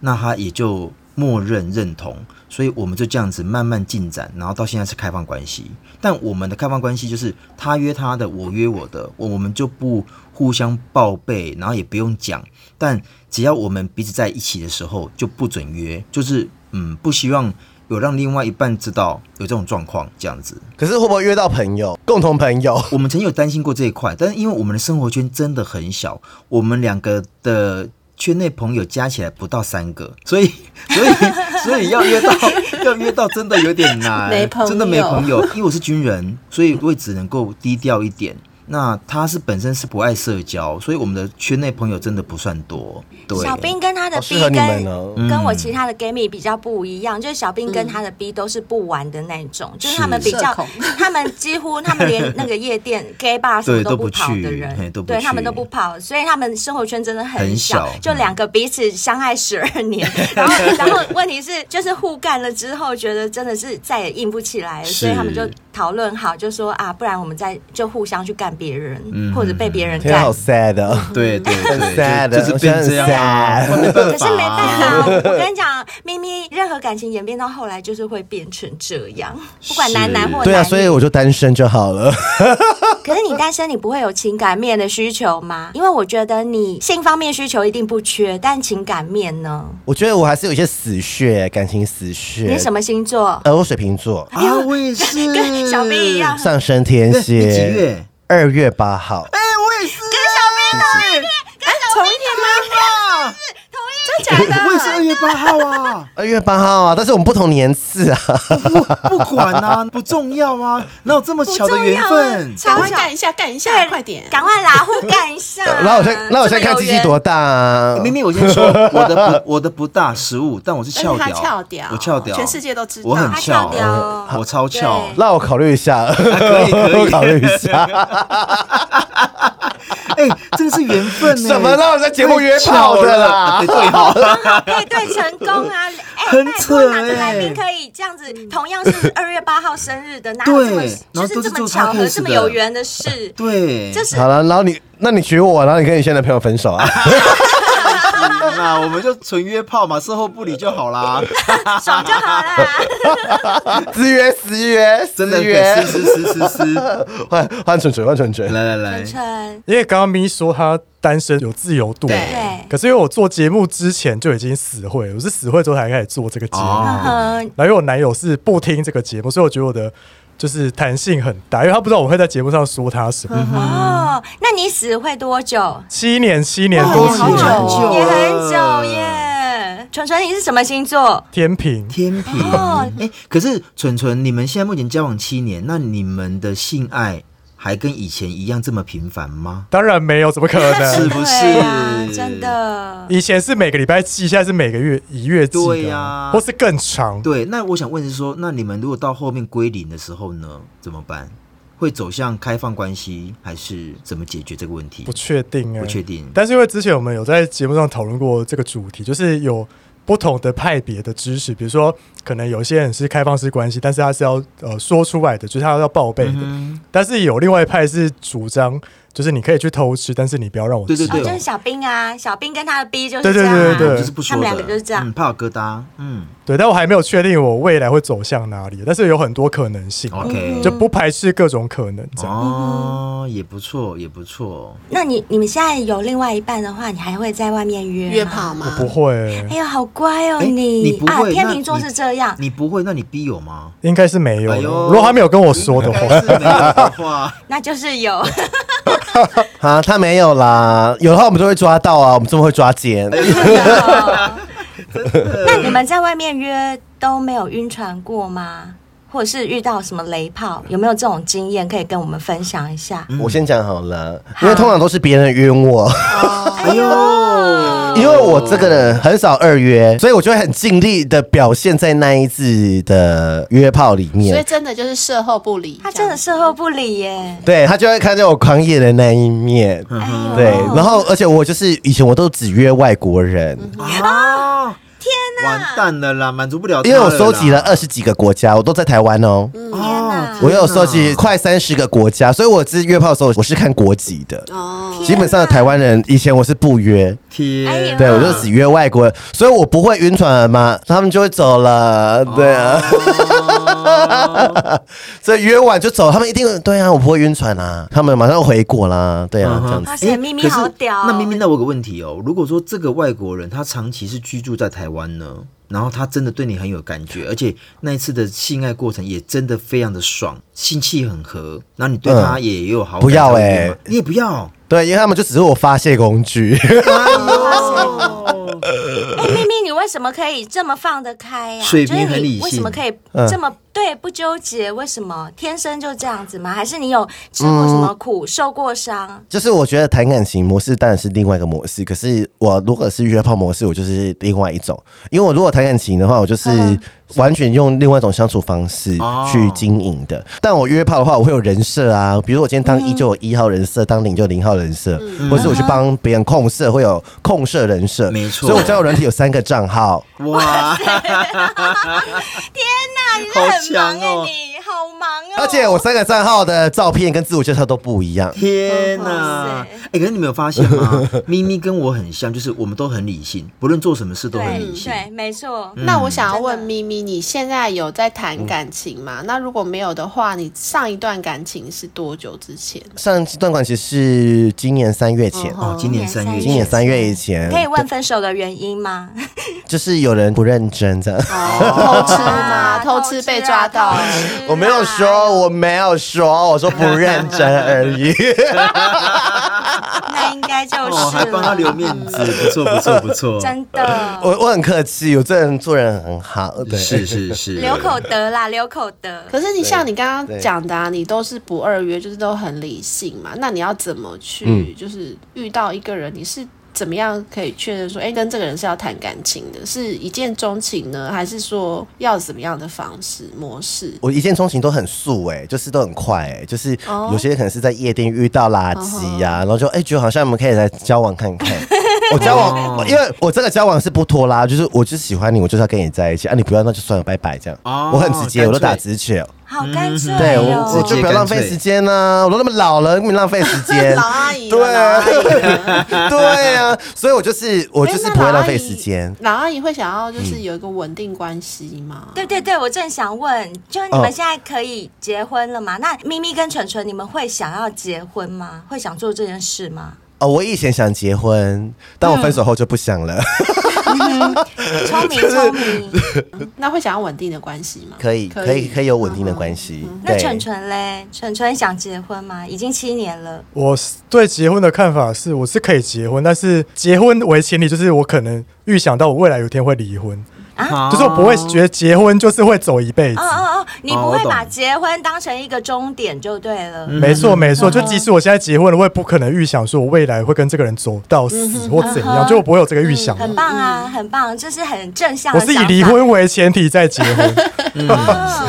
Speaker 2: 那他也就默认认同，所以我们就这样子慢慢进展，然后到现在是开放关系。但我们的开放关系就是他约他的，我约我的，我我们就不互相报备，然后也不用讲，但只要我们彼此在一起的时候就不准约，就是嗯，不希望有让另外一半知道有这种状况这样子。
Speaker 5: 可是会不会约到朋友，共同 朋友？
Speaker 2: 我们曾经有担心过这一块，但是因为我们的生活圈真的很小，我们两个的圈内朋友加起来不到三个，所以所以所以要约到要约到真的有点难，
Speaker 4: 没朋友
Speaker 2: 真的没朋友。因为我是军人，所以我也只能够低调一点。那他是本身是不爱社交，所以我们的圈内朋友真的不算多。对，嗯
Speaker 3: 小兵跟他的
Speaker 5: 好
Speaker 3: B
Speaker 5: 适合你们
Speaker 3: 跟、
Speaker 5: 哦
Speaker 3: 跟我其他的 gay 蜜比较不一样，就是小兵跟他的 B 都是不玩的那种，
Speaker 2: 嗯
Speaker 3: 就是他们比较
Speaker 4: 社恐，
Speaker 3: 他们几乎他们连那个夜店 gay bar 什
Speaker 2: 对
Speaker 3: 么
Speaker 2: 都不
Speaker 3: 不跑
Speaker 2: 去
Speaker 3: 的
Speaker 2: 嘿
Speaker 3: 人
Speaker 2: 都，不
Speaker 3: 对他
Speaker 2: 去
Speaker 3: 们都不跑，所以他们生活圈真的
Speaker 2: 很
Speaker 3: 小，
Speaker 2: 小嗯
Speaker 3: 就两个彼此相爱十二 年，然后然后问题是就是互干了之后，觉得真的是再也硬不起来了，所以
Speaker 2: 是
Speaker 3: 他们就讨论好，就说啊，不然我们再就互相去干别人，
Speaker 2: 嗯
Speaker 3: 或者被别人
Speaker 5: 天啊
Speaker 3: 干
Speaker 5: 好。sad 哦。
Speaker 2: 对对
Speaker 5: 很
Speaker 2: 对
Speaker 5: sad，
Speaker 2: 就，就是变这样啊，
Speaker 5: 我觉得
Speaker 2: 没办
Speaker 3: 可
Speaker 5: 很 sad
Speaker 3: 是
Speaker 2: 法
Speaker 3: 没办
Speaker 2: 啊，
Speaker 3: 法，我我跟你讲，咪咪任何感情演变到后来就是会变成这样，不管男男或男女。
Speaker 5: 对啊，所以我就单身就好了。
Speaker 3: 可是你单身，你不会有情感面的需求吗？因为我觉得你性方面需求一定不缺，但情感面呢？
Speaker 5: 我觉得我还是有一些死穴，感情死穴。
Speaker 3: 你什？么星座？
Speaker 5: 呃，我水瓶座，
Speaker 2: 啊，我也是，
Speaker 3: 跟小兵 一样，哎
Speaker 5: 上升天
Speaker 2: 对你
Speaker 5: 蝎。
Speaker 2: 几月？
Speaker 5: 二月八号。
Speaker 2: 哎啊
Speaker 4: 同一天
Speaker 2: 真的？我也是二月八号啊，
Speaker 5: 二月八号啊，但是我们不同年次啊。
Speaker 2: 不管啊，不重要啊，哪有这么巧的缘分？
Speaker 3: 超
Speaker 4: 吗？赶快
Speaker 3: 巧
Speaker 4: 干一下，干一下，
Speaker 3: 对
Speaker 4: 快点！
Speaker 3: 赶快啦，互干 一下。
Speaker 5: 那我先，那我先
Speaker 3: 啊这么
Speaker 5: 看
Speaker 3: 有
Speaker 5: 鸡鸡
Speaker 3: 缘
Speaker 5: 多大啊？
Speaker 2: 明明我先说我的不我的不大十五，但我是翘
Speaker 4: 而
Speaker 2: 屌，
Speaker 4: 且哎他翘屌
Speaker 2: 我翘屌，
Speaker 4: 全世界都知道
Speaker 2: 我很
Speaker 3: 他
Speaker 2: 翘
Speaker 3: 翘屌哦，
Speaker 2: 我超翘。
Speaker 3: 对
Speaker 5: 那我考虑一下，
Speaker 2: 啊可 以可以
Speaker 5: 我考虑一 下。
Speaker 2: 哎，真的是缘分 呢。
Speaker 5: 什么让我在节目约炮的啦
Speaker 2: 太巧了哎对好，
Speaker 3: 配哦对成 功啊！哎、
Speaker 2: 很
Speaker 3: 拜
Speaker 2: 扯
Speaker 3: 托哪个来
Speaker 2: 欸
Speaker 3: 宾可以这样子？同样是二月八号生日的，哪有
Speaker 2: 对
Speaker 3: 这么
Speaker 2: 然后
Speaker 3: 就
Speaker 2: 都是
Speaker 3: 这么
Speaker 2: 做
Speaker 3: 巧
Speaker 2: podcast
Speaker 3: 合、
Speaker 2: 的
Speaker 3: 这么有缘的事？
Speaker 2: 对，
Speaker 3: 这是
Speaker 5: 好了，然后你，那你娶我，然后你跟你现在的朋友分手啊？
Speaker 4: 啊
Speaker 2: 那我们就纯约炮嘛，事后不理就好啦。
Speaker 3: 爽就好啦。
Speaker 5: 私约，私约，
Speaker 2: 真的
Speaker 5: 私约
Speaker 2: 是。是是是是，
Speaker 5: 换换蠢蠢，换蠢蠢。
Speaker 2: 来来 来
Speaker 3: 晨，晨，
Speaker 6: 因为刚刚咪说他单身有自由度嘛，
Speaker 4: 对
Speaker 3: 对，
Speaker 6: 可是因为我做节目之前就已经死会了，我是死会之后才开始做这个节目。
Speaker 2: 哦
Speaker 3: 嗯，
Speaker 6: 然后因为我男友是不听这个节目，所以我觉得我的就是弹性很大，因为他不知道我会在节目上说他什
Speaker 2: 嗯
Speaker 6: 么。
Speaker 3: 哦，那你死会多久？
Speaker 6: 七年，七年
Speaker 2: 哇
Speaker 6: 多
Speaker 2: 也
Speaker 6: 起
Speaker 2: 好久
Speaker 6: 来，
Speaker 2: 哦
Speaker 3: 也很久耶。纯纯，你是什么星座？
Speaker 6: 天平
Speaker 2: 天平。
Speaker 3: 哦
Speaker 2: 哎，可是纯纯，你们现在目前交往七年，那你们的性爱还跟以前一样这么频繁吗？
Speaker 6: 当然没有，怎么可
Speaker 2: 是
Speaker 6: 能？
Speaker 2: 不是
Speaker 3: 对啊，真的。
Speaker 6: 以前是每个礼拜记，现在是每个月一月记的，
Speaker 2: 对呀
Speaker 6: 或是更长。
Speaker 2: 对，那我想问的是说，那你们如果到后面归零的时候呢，怎么办？会走向开放关系，还是怎么解决这个问题？
Speaker 6: 不确定、欸，
Speaker 2: 不确定
Speaker 6: 但是因为之前我们有在节目上讨论过这个主题，就是有不同的派别的知识，比如说可能有些人是开放式关系，但是他是要呃说出来的，就是他要报备的。
Speaker 2: 嗯
Speaker 6: 但是有另外一派是主张，就是你可以去偷吃，但是你不要让我
Speaker 2: 对
Speaker 6: 知
Speaker 2: 对
Speaker 6: 道。
Speaker 3: 哦，
Speaker 2: 对
Speaker 3: 就是小兵啊，小兵跟他的 B 就是
Speaker 6: 对
Speaker 3: 这
Speaker 6: 对
Speaker 3: 样啊。
Speaker 6: 对对对
Speaker 2: 就是不说
Speaker 3: 他
Speaker 2: 的，
Speaker 3: 们两个就是这样
Speaker 2: 嗯，怕有疙瘩，嗯
Speaker 6: 对但我还没有确定我未来会走向哪里，但是有很多可能性，
Speaker 2: ，OK，
Speaker 6: 嗯就不排斥各种可能。这样、
Speaker 2: 哦，也不错，也不错，
Speaker 3: 那你你们现在有另外一半的话，你还会在外面约吗
Speaker 4: 约炮？吗？
Speaker 6: 不会欸、
Speaker 3: 哎呦，好乖哦
Speaker 2: 哎
Speaker 3: 你
Speaker 2: 你不
Speaker 3: 啊！
Speaker 2: 会
Speaker 3: 天
Speaker 2: 那
Speaker 3: 秤座
Speaker 2: 你
Speaker 3: 是这样，
Speaker 2: 你不会，那你 B 有吗？
Speaker 6: 应该是没有的、
Speaker 2: 哎呦
Speaker 6: 如果他没有跟我说的
Speaker 2: 应
Speaker 6: 话，
Speaker 2: 该是没有的话，
Speaker 3: 那就是有。
Speaker 5: 啊，他没有啦，有的话我们就会抓到啊，我们这么会抓 奸。
Speaker 3: 那你们在外面约都没有晕船过吗？或者是遇到什么雷炮，有没有这种经验可以跟我们分享一下？
Speaker 5: 我先讲好了，因为通常都是别人冤我，
Speaker 2: 哎呦，
Speaker 5: 因为我这个人很少二约，所以我就会很尽力的表现在那一次的约炮里
Speaker 4: 所以
Speaker 5: 面。
Speaker 4: 真的就是事后不理，
Speaker 3: 他真的
Speaker 4: 是
Speaker 3: 事后不理耶，
Speaker 5: 对他就会看见我狂野的那一面，
Speaker 3: 哎呦
Speaker 5: 对，然后而且我就是以前我都只约外国人，
Speaker 2: 啊，天哪，完蛋了啦，满足不了他
Speaker 5: 因
Speaker 2: 啦，
Speaker 5: 为我收集了二十几个国家，我都在台湾哦，
Speaker 3: 啊
Speaker 2: 哦，
Speaker 5: 我有收集快三十个国家，所以我是约炮的时候我是看国籍的，
Speaker 4: 哦，
Speaker 5: 基本上的台湾人以前我是不约，
Speaker 3: 哎呀
Speaker 2: 天，
Speaker 5: 对我就只约外国人，所以我不会晕船嘛，他们就会走了，对啊， 所以约完就走，他们一定对啊，我不会晕船啊，他们马上回国啦，对啊，这样子。
Speaker 3: 哇塞，咪咪
Speaker 2: 可是
Speaker 3: 好屌哦，
Speaker 2: 那咪咪，那我有个问题哦，如果说这个外国人他长期是居住在台湾呢，然后他真的对你很有感觉，而且那一次的性爱过程也真的非常的爽，性气很合，然后你对他也有好感，
Speaker 5: 不要
Speaker 2: 才会
Speaker 5: 欸
Speaker 2: 变嘛你也不要，
Speaker 5: 对，因为他们就只是我发泄工具，
Speaker 2: 哦
Speaker 3: 哎，咪咪，你为什么可以这么放得开呀、
Speaker 2: 呃水
Speaker 3: 就
Speaker 2: 平
Speaker 3: 是
Speaker 2: 很理
Speaker 3: 你
Speaker 2: 性嗯
Speaker 3: 为什么可以这么、对不纠结？为什么天生就这样子吗？还是你有吃
Speaker 2: 嗯
Speaker 3: 过什么苦、受过伤？
Speaker 5: 就是我觉得谈感情模式当然是另外一个模式，可是我如果是约炮模式，我就是另外一种。因为我如果谈感情的话，我就是完全用另外一种相处方式
Speaker 2: 嗯哦
Speaker 5: 去经营的。但我约炮的话，我会有人设啊，比如我今天当一就有一号人设，当零就有零号人设，或是我去帮别人控社会有控社人设，
Speaker 2: 嗯没错嗯
Speaker 5: 所以我交友软体有三个账号，
Speaker 2: 哇，
Speaker 3: 那你是
Speaker 2: 好
Speaker 3: 很忙
Speaker 2: 强
Speaker 3: 哎、
Speaker 2: 哦
Speaker 3: 你好忙哦！
Speaker 5: 而且我三个账号的照片跟自我介绍都不一样。
Speaker 2: 天哪！
Speaker 3: 哇
Speaker 2: 哎、可是你没有发现吗？咪咪跟我很像，就是我们都很理性，不论做什么事都很
Speaker 3: 对
Speaker 2: 理性。嗯
Speaker 3: 对，没错。
Speaker 5: 嗯
Speaker 4: 那我想要问
Speaker 3: 真的
Speaker 4: 咪咪，你现在有在谈感情吗？那如果没有的话，你上一段感情是多久之前？
Speaker 5: 上一段关系是今年三月前，
Speaker 2: 哦，今年三月，
Speaker 5: 今年三月以前，
Speaker 3: 可以问分手的原因吗？
Speaker 2: 嗯
Speaker 5: 就是有人不认真这样。
Speaker 4: 偷吃吗？
Speaker 3: 啊
Speaker 4: 哦偷吃被抓到
Speaker 3: 偷？吃啊
Speaker 5: 我没有说，我没有说，我说不认真而已。
Speaker 3: 那应该就是
Speaker 2: 哦，还
Speaker 4: 啊
Speaker 2: 帮他留面子，哦不错不错不 错，
Speaker 3: 真的
Speaker 5: 我我很客气，我这人做人很好，对，
Speaker 2: 是是是，
Speaker 3: 留口德啦，留口德。
Speaker 4: 可是你像你刚
Speaker 5: 对
Speaker 4: 刚讲的啊，你都是不二约，就是都很理性嘛。那你要怎么去，
Speaker 5: 嗯
Speaker 4: 就是遇到一个人，你是怎么样可以确认说，哎，跟这个人是要谈感情的，是一见钟情呢，还是说要怎么样的方式模式？
Speaker 5: 我一见钟情都很速哎、就是都很快哎、就是
Speaker 4: 哦
Speaker 5: 有些人可能是在夜店遇到垃圾呀、然后就哎、觉得好像我们可以来交往看 看。我交往，因为我这个交往是不拖拉，就是我就是喜欢你，我就是要跟你在一起啊，你不要那就算了，拜拜这样。
Speaker 2: 哦
Speaker 5: 我很直接，我都打
Speaker 2: 干脆
Speaker 5: 直球。
Speaker 3: 好干
Speaker 2: 嗯
Speaker 3: 脆
Speaker 5: 对，我
Speaker 3: 哦
Speaker 5: 我就不要浪费时间呢、我都那么老了，那么浪费时间。
Speaker 4: 老阿姨了，
Speaker 5: 对
Speaker 4: 老
Speaker 5: 啊
Speaker 4: 阿姨了。
Speaker 5: 对啊，所以我就是
Speaker 7: 哎
Speaker 5: 我就是不会浪费时间嗯
Speaker 4: 诶。那老阿姨。老阿姨会想要就是有一个稳定关系吗？
Speaker 3: 对对对，我正想问，
Speaker 2: 哦
Speaker 3: 就是你们现在可以结婚了吗？那咪咪跟纯纯，你们会想要结婚吗？会想做这件事 吗？
Speaker 5: 哦，我以前想结婚，但我分手后就不想了。
Speaker 3: 聪明聪明。
Speaker 4: 那会想要稳定的关系吗？
Speaker 5: 可 以，可以，可以有稳定的关
Speaker 4: 系。
Speaker 5: 系。
Speaker 3: 那
Speaker 5: 对，
Speaker 3: 纯纯嘞，纯纯想结婚吗？已经七年了，
Speaker 6: 我是对结婚的看法是，我是可以结婚，但是结婚为前提就是我可能预想到我未来有一天会离婚，
Speaker 2: 啊
Speaker 6: 就是我不会觉得结婚就是会走一辈子
Speaker 3: 哦。哦哦，你不
Speaker 2: 哦我
Speaker 3: 会
Speaker 2: 懂
Speaker 3: 把结婚当成一个终点就对了。
Speaker 6: 没错，没
Speaker 3: 嗯
Speaker 6: 错，就即使我现在结婚了，我也不可能预想说我未来会跟这个人走到
Speaker 3: 嗯
Speaker 6: 死或怎样，就我不会有这个预想嘛。
Speaker 3: 很棒啊，很棒，这是很正向
Speaker 6: 我
Speaker 3: 的
Speaker 6: 是
Speaker 3: 想
Speaker 6: 以
Speaker 3: 法。
Speaker 6: 离婚为前提再结婚，
Speaker 3: 嗯
Speaker 7: 啊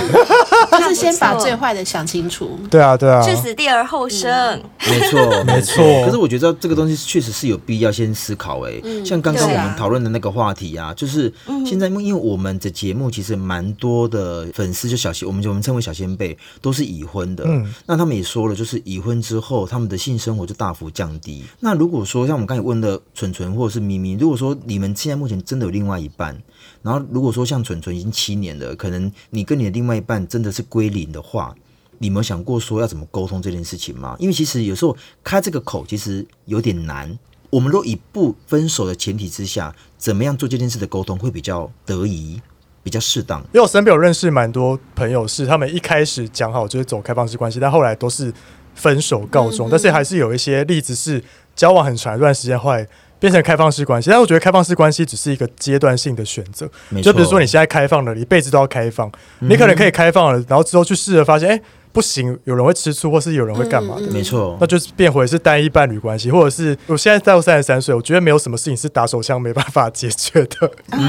Speaker 4: 就是先把
Speaker 3: 不错
Speaker 4: 最坏的想清楚。
Speaker 6: 对啊，对啊，
Speaker 3: 置死地而后生。
Speaker 2: 没错， 没
Speaker 6: 错
Speaker 2: 可是我觉得这个东西确实是有必要先思考、欸。像刚刚我
Speaker 4: 对啊嗯
Speaker 2: 们讨论的那个话题啊，就是现在因为因为我们的节目其实蛮多的粉丝，就小仙，我们我们称为小先辈，都是已婚的。
Speaker 6: 嗯
Speaker 2: 那他们也说了，就是已婚之后，他们的性生活就大幅降低。那如果说像我们刚才问的纯纯或者是咪咪，如果说你们现在目前真的有另外一半，然后如果说像纯纯已经七年了，可能你跟你的另外一半真的是归零的话，你有没有想过说要怎么沟通这件事情吗？因为其实有时候开这个口其实有点难。我们若以不分手的前提之下，怎么样做这件事的沟通会比较得宜，比较适当？
Speaker 6: 因为我身边有认识蛮多朋友，是他们一开始讲好就是走开放式关系，但后来都是分手告终。但是还是有一些例子是交往很长一段时间，后来变成开放式关系。但我觉得开放式关系只是一个阶段性的选择
Speaker 2: 没，
Speaker 6: 就比如
Speaker 2: 错嗯
Speaker 6: 说你现在开放了，你一辈子都要开放，你可能可以开放了，然后之后去试了，发现哎、诶不行，有人会吃醋，或是有人会干嘛的。
Speaker 2: 没错
Speaker 6: 嗯那，就是变回是单一伴侣关系，或者是我现在到三十三岁，我觉得没有什么事情是打手枪没办法解决的。
Speaker 2: 嗯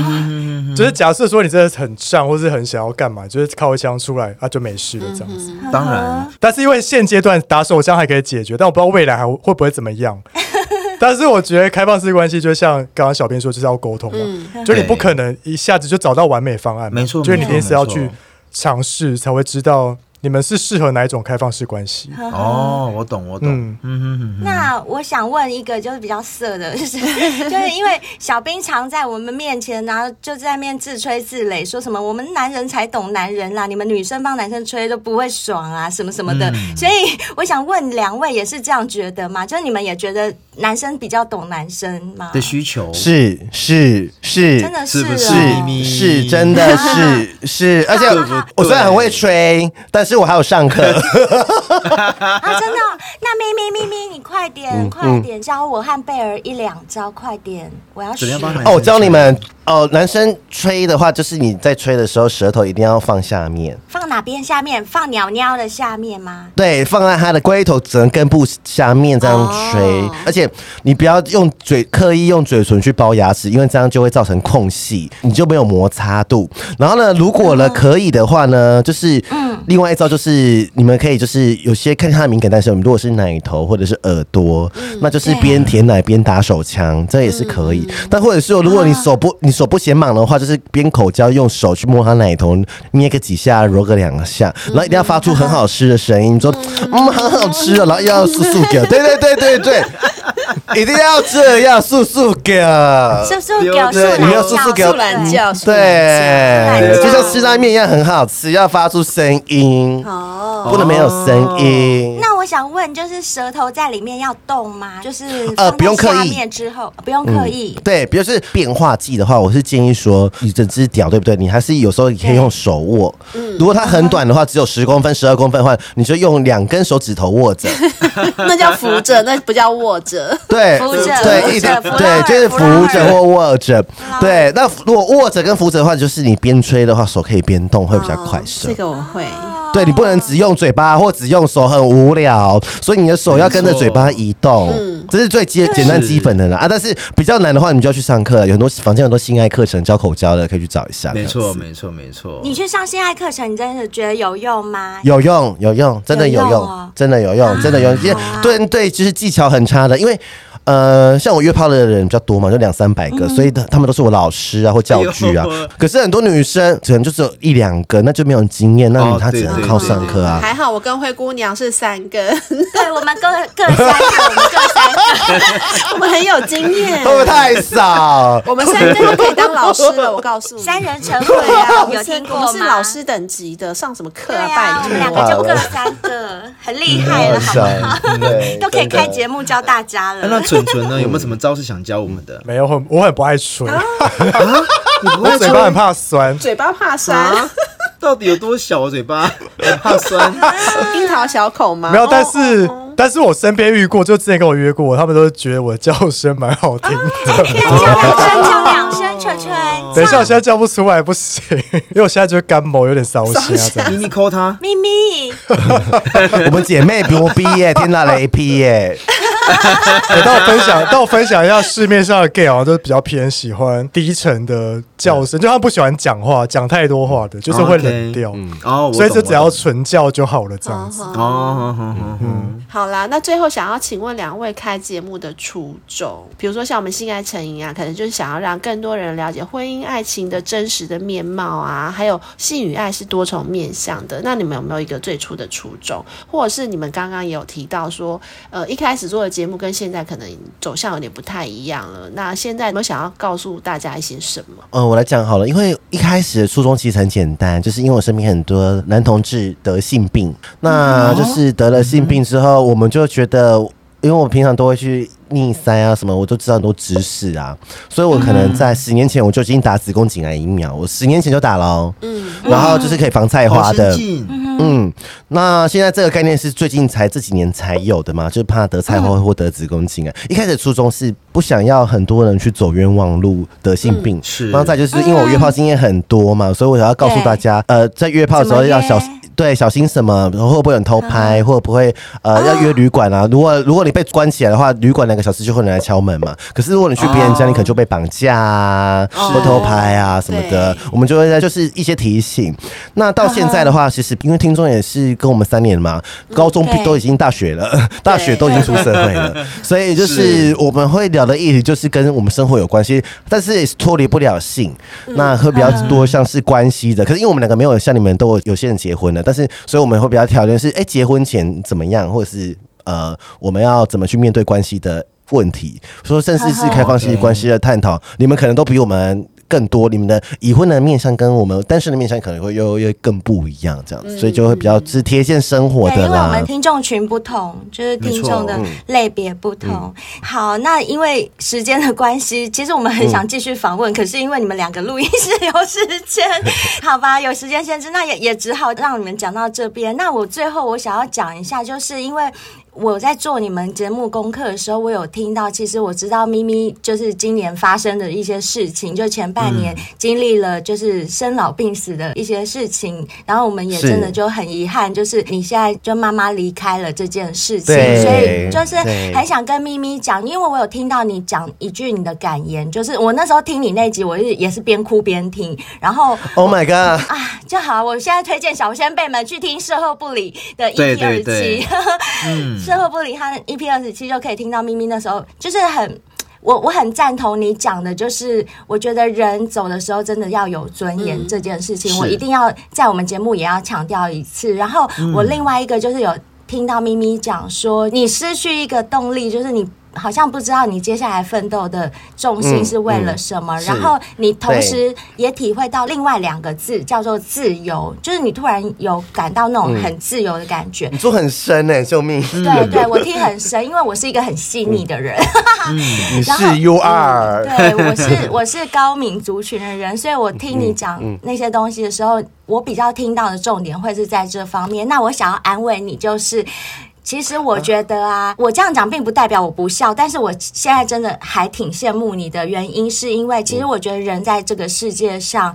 Speaker 6: 就是假设说你真的很胀，或是很想要干嘛，就是靠一枪出来啊就没事了这样子。
Speaker 2: 当然，
Speaker 6: 但是因为现阶段打手枪还可以解决，但我不知道未来还会不会怎么 样。但是我觉得开放式关系就像刚刚小编说，就是要沟通嘛，就你不可能一下子就找到完美方案
Speaker 2: 嗯
Speaker 6: 嘛，
Speaker 2: 没错
Speaker 6: 就你一定是要
Speaker 2: 没
Speaker 6: 去
Speaker 2: 错
Speaker 6: 尝试才会知道你们是适合哪一种开放式关系。
Speaker 2: 哦，我懂，我懂，
Speaker 6: 嗯，
Speaker 3: 那我想问一个就是比较色的， 就是就是因为小兵常在我们面前然后就在面自吹自擂，说什么我们男人才懂男人啊啦，你们女生帮男生吹都不会爽啊，什么什么的。
Speaker 6: 嗯
Speaker 3: 所以我想问两位也是这样觉得吗？就是你们也觉得男生比较懂男生吗？
Speaker 2: 的需求
Speaker 5: 是是是，啊
Speaker 3: 真的
Speaker 2: 是不
Speaker 3: 哦
Speaker 2: 是
Speaker 5: 是是真的是是，而且
Speaker 2: 对不对
Speaker 5: 我虽然很会吹，但是我还有上 课。
Speaker 3: 啊，真的哦、那咪咪咪咪，你快点、
Speaker 5: 嗯
Speaker 3: 快点教我和贝尔一两招，快点，我要
Speaker 2: 怎
Speaker 3: 学
Speaker 2: 么。样帮男生
Speaker 5: 哦，我教你们哦，男生吹的话，就是你在吹的时候，舌头一定要放下面，
Speaker 3: 放哪边下面？放鸟鸟的下面吗？
Speaker 5: 对，放在他的龟头整个根部下面这样吹，
Speaker 3: 哦
Speaker 5: 而且你不要用嘴刻意用嘴唇去包牙齿，因为这样就会造成空隙，你就没有摩擦度。然后呢，如果
Speaker 3: 嗯
Speaker 5: 呢可以的话呢，就是另外一招就是你们可以就是有些看他的敏感带是，如果是奶头或者是耳朵，那就是边舔奶边打手枪，这也是可以。但或者是如果你手不你手不嫌忙的话，就是边口交用手去摸他奶头，捏个几下，揉个两下，然后一定要发出很好吃的声音，你说嗯很好吃哦，然后又要速速给，对对对对 对。一定要这啊样，速速给。呃
Speaker 3: 是不是
Speaker 2: 丢
Speaker 3: 表示
Speaker 2: 对
Speaker 3: 懒
Speaker 5: 你要
Speaker 3: 觉？
Speaker 5: 速速给我
Speaker 7: 素懒觉，素懒
Speaker 5: 对
Speaker 3: 对，
Speaker 5: 就像吃拉面一样啊很好吃，要发出声音，
Speaker 7: 哦，
Speaker 5: 不能没有声音。
Speaker 3: 那我想问，就是舌头在里面要动吗？就是
Speaker 5: 呃
Speaker 3: 放
Speaker 5: 不用
Speaker 3: 到
Speaker 5: 刻
Speaker 3: 下
Speaker 5: 意嗯
Speaker 3: 面之后，呃不用刻意。
Speaker 5: 对，比如是变化剂的话，我是建议说，你整只屌对不对？你还是有时候你可以用手握。
Speaker 3: 嗯
Speaker 5: 如果它很短的话，只有十公分、十二公分的话，你就用两根手指头握 着。
Speaker 7: 那叫扶着，那不叫握着。
Speaker 5: 对，
Speaker 3: 扶着扶
Speaker 5: 对，一定
Speaker 3: 着扶
Speaker 5: 对，
Speaker 3: 着
Speaker 5: 就是
Speaker 3: 扶
Speaker 5: 扶
Speaker 3: 着
Speaker 5: 着或握着。对，那如果握着跟扶着的话，就是你边吹的话，手可以边动，会比
Speaker 3: 哦
Speaker 5: 较快
Speaker 7: 哦
Speaker 5: 射
Speaker 7: 这。个我会。
Speaker 3: 啊
Speaker 5: 对你不能只用嘴巴或只用手，很无聊，所以你的手要跟着嘴巴移动，这是最基简单基本的啦啊。但是比较难的话，你就要去上课了，有很多房间有很多性爱课程教口交的，可以去找一下。
Speaker 2: 没
Speaker 5: 这
Speaker 2: 错，
Speaker 5: 样子，
Speaker 2: 没错，没错。
Speaker 3: 你去上性爱课程，你真的觉得有用吗？
Speaker 5: 有用有用，真的
Speaker 3: 有
Speaker 5: 有
Speaker 3: 用
Speaker 5: 用
Speaker 3: 哦，
Speaker 5: 真的有用，真的有用。因为对对，就是技巧很差的，因为。呃，像我约炮的人比较多嘛，就两三百个，所以他他们都是我老师啊或教具 啊
Speaker 2: 哎呦。
Speaker 5: 可是很多女生可能就只有一两个，那就没有经验，那
Speaker 2: 哦
Speaker 5: 她只
Speaker 2: 对
Speaker 5: 能
Speaker 2: 对
Speaker 5: 靠
Speaker 2: 对
Speaker 5: 上课啊。
Speaker 7: 还好我跟灰姑娘是三个，
Speaker 3: 对我们各各三个，我们各三个。
Speaker 7: 我们很有经 验
Speaker 5: 会。不会太少？
Speaker 7: 我们三个都可以当老师了，我告诉你。
Speaker 3: 三人成虎
Speaker 7: 对啊， 我
Speaker 3: 有
Speaker 7: 们是
Speaker 3: 听过
Speaker 7: 我
Speaker 3: 吗？
Speaker 7: 们是老师等级的，上什么课
Speaker 3: 对
Speaker 7: 啊？
Speaker 3: 啊，我
Speaker 7: 拜
Speaker 3: 们两
Speaker 7: 托。
Speaker 3: 个就各三个，很厉害
Speaker 5: 嗯
Speaker 3: 了，好不好？
Speaker 5: 对
Speaker 3: 都可以开节
Speaker 5: 目。
Speaker 3: 目教大家
Speaker 2: 那哎 那
Speaker 3: 了。
Speaker 2: 蠢蠢呢？有没有什么招式想教我们的？
Speaker 6: 没有，很我很不爱吹，
Speaker 7: 啊
Speaker 2: 你不
Speaker 6: 我嘴巴很怕酸。
Speaker 7: 嘴巴怕
Speaker 3: 啊
Speaker 7: 酸，
Speaker 2: 到底有多小？我嘴巴很怕酸。
Speaker 7: 樱桃小口吗？
Speaker 6: 没有，但是但是我身边遇过，就之前跟我约过，他们都觉得我的叫声蛮好听
Speaker 7: 啊
Speaker 6: 的。
Speaker 3: 要叫两声，叫两声，春春。
Speaker 6: 等一下，我现在叫不出来，不行， 因为我现在就是干某有点烧心 啊， 这样
Speaker 2: 咪咪抠他，
Speaker 3: 咪咪，
Speaker 5: 我们姐妹牛逼 耶，天打雷劈耶！
Speaker 6: 欸但我分享，但我分享一下市面上的 gay 好像都比较偏喜欢低沉的叫声，就他们不喜欢讲话，讲太多话的，就是会冷掉。
Speaker 5: 嗯
Speaker 2: 哦，我懂
Speaker 6: 所以就只
Speaker 2: 我
Speaker 6: 要
Speaker 2: 懂
Speaker 6: 纯叫就好了，这样子。
Speaker 7: 哦
Speaker 2: 哦，好好好好
Speaker 5: 嗯
Speaker 7: 好啦，那最后想要请问两位开节目的初衷，比如说像我们性爱成瘾啊，可能就是想要让更多人了解婚姻爱情的真实的面貌啊，还有性与爱是多重面向的。那你们有没有一个最初的初衷，或者是你们刚刚也有提到说，呃，一开始做的节目跟现在可能走向有点不太一样了。那现在有没有想要告诉大家一些什么？
Speaker 5: 嗯，我来讲好了，因为一开始的初衷其实很简单，就是因为我身边很多男同志得性病，那就是得了性病之后，我们就觉得，因为我平常都会去逆塞啊什么，我都知道很多知识啊，所以我可能在十年前我就已经打子宫颈癌疫苗，我十年前就打了、哦，嗯，然后就是可以防菜花
Speaker 2: 好
Speaker 5: 的，
Speaker 2: 先进，
Speaker 5: 嗯，那现在这个概念是最近才这几年才有的嘛？就是怕得菜
Speaker 3: 嗯
Speaker 5: 花或得子宫颈癌。一开始初衷是不想要很多人去走冤枉路，得性
Speaker 3: 嗯
Speaker 5: 病。
Speaker 2: 是
Speaker 5: 然后再就是因为我约炮经验很多嘛，所以我想要告诉大家，呃，在约炮的时候
Speaker 3: 怎么
Speaker 5: 要
Speaker 3: 约嗯
Speaker 5: 小心。对，小心什么？会不会有人偷拍？会不会呃要约旅馆啊？如果如果你被关起来的话，旅馆两个小时就会有人来敲门嘛。可是如果你去别人家，
Speaker 3: 哦
Speaker 5: 你可能就被绑架啊，或偷拍啊什么的。我们就会在就是一些提醒。那到现在的话，其实因为听众也是跟我们三年嘛，高中毕
Speaker 3: 啊嗯对
Speaker 5: 都已经大学了，大学都已经出社 会了，所以就是我们会聊的议题就是跟我们生活有关系，但是也是脱离不了性，那会比较多像是关系的。可是因为我们两个没有像你们都有有些人结婚了，但是所以我们会比较条件是，哎、结婚前怎么样，或者是呃，我们要怎么去面对关系的。问题，说甚至是开放式关系的探讨，你们可能都比我们更多，你们的已婚的面向跟我们单身的面向可能会又又更不一样，这样子，所以就会比较是贴近生活
Speaker 3: 对，嗯
Speaker 5: 的
Speaker 3: 因为我
Speaker 5: 啦
Speaker 3: 们。听众群不同，就是听众的
Speaker 2: 没
Speaker 3: 类别不同。好，那因为时间的关系，其实我们很想继续访问，可是因为你们两个录音室有时间， 好吧，有时间限制，那也也只好让你们讲到这边。那我最后我想要讲一下，就是因为。我在做你们节目功课的时候，我有听到，其实我知道咪咪就是今年发生的一些事情，就前半年嗯经历了就是生老病死的一些事情，然后我们也
Speaker 5: 是
Speaker 3: 真的就很遗憾，就是你现在就妈妈离开了这件事情，
Speaker 5: 对
Speaker 3: 所以就是
Speaker 5: 对
Speaker 3: 很想跟咪咪讲，因为我有听到你讲一句你的感言，就是我那时候听你那集，我是也是边哭边听，然后
Speaker 5: Oh my god！
Speaker 3: 啊，就好，我现在推荐小先辈们去听《售后不理》的
Speaker 2: 对
Speaker 3: EP 二
Speaker 2: 对
Speaker 3: 十
Speaker 2: 对嗯
Speaker 3: 七， 售后不理他的 EP 二十七就可以听到咪咪那时候就是很。我我很赞同你讲的，就是我觉得人走的时候真的要有尊严这件事情，
Speaker 2: 嗯是
Speaker 3: 我一定要在我们节目也要强调一次。然后
Speaker 2: 嗯
Speaker 3: 我另外一个就是有听到咪咪讲说，你失去一个动力，就是你好像不知道你接下来奋斗的重心
Speaker 5: 嗯
Speaker 3: 是为
Speaker 5: 嗯
Speaker 3: 了什么，
Speaker 5: 是
Speaker 3: 然后你同时也体会到另外两个字叫做自由，就是你突然有感到那种很自由的感觉。
Speaker 5: 你做很深哎、救命！
Speaker 3: 对对，我听很深，因为我是一个很细腻的人。
Speaker 5: 你
Speaker 3: 然后
Speaker 5: 是 U R，、
Speaker 3: 对，我是我是高敏族群的人，所以我听你讲那些东西的时候，我比较听到的重点会是在这方面。那我想要安慰你，就是。其实我觉得啊，我这样讲并不代表我不笑，但是我现在真的还挺羡慕你的原因，是因为其实我觉得人在这个世界上，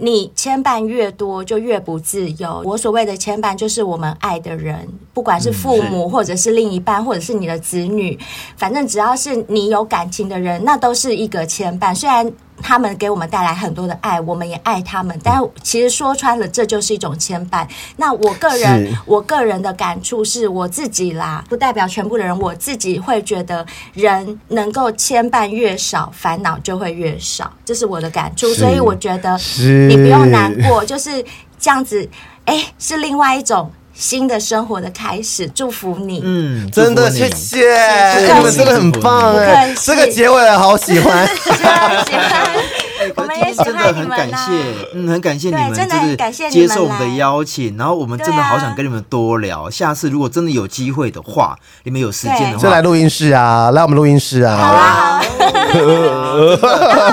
Speaker 3: 你牵绊越多，就越不自由。我所谓的牵绊，就是我们爱的人，不管
Speaker 5: 嗯
Speaker 3: 是父母，或者是另一半，或者是你的子女，反正只要是你有感情的人，那都是一个牵绊。虽然他们给我们带来很多的爱，我们也爱他们，但其实说穿了，这就是一种牵绊。那我个人
Speaker 5: 是，
Speaker 3: 我个人的感触是我自己啦，不代表全部的人，我自己会觉得人能够牵绊越少，烦恼就会越少，这是我的感触。
Speaker 5: 是
Speaker 3: 所以我觉得
Speaker 5: 是
Speaker 3: 你不用难过，就是这样子，哎，是另外一种新的生活的开始，祝福你。
Speaker 2: 嗯，
Speaker 5: 真的
Speaker 2: 祝福
Speaker 5: 谢
Speaker 2: 你
Speaker 5: 谢，
Speaker 3: 谢
Speaker 5: 你们真的很棒哎、
Speaker 3: 不客气
Speaker 5: 这个结尾好 喜欢。
Speaker 3: 喜欢喜欢，我们也喜
Speaker 2: 哎嗯真的
Speaker 3: 欢你
Speaker 2: 很
Speaker 3: 们
Speaker 2: 感
Speaker 3: 呐、
Speaker 2: 谢，嗯，很感谢你们，
Speaker 3: 对真的很感
Speaker 2: 就
Speaker 3: 谢
Speaker 2: 是
Speaker 3: 你们
Speaker 2: 接受我们的邀请，然后我们真的
Speaker 3: 对啊
Speaker 2: 好想跟你们多聊。下次如果真的有机会的话，你们有时间的
Speaker 5: 就来
Speaker 2: 话，
Speaker 5: 录音室啊，来我们录音室
Speaker 3: 好
Speaker 5: 啊。
Speaker 3: 啊，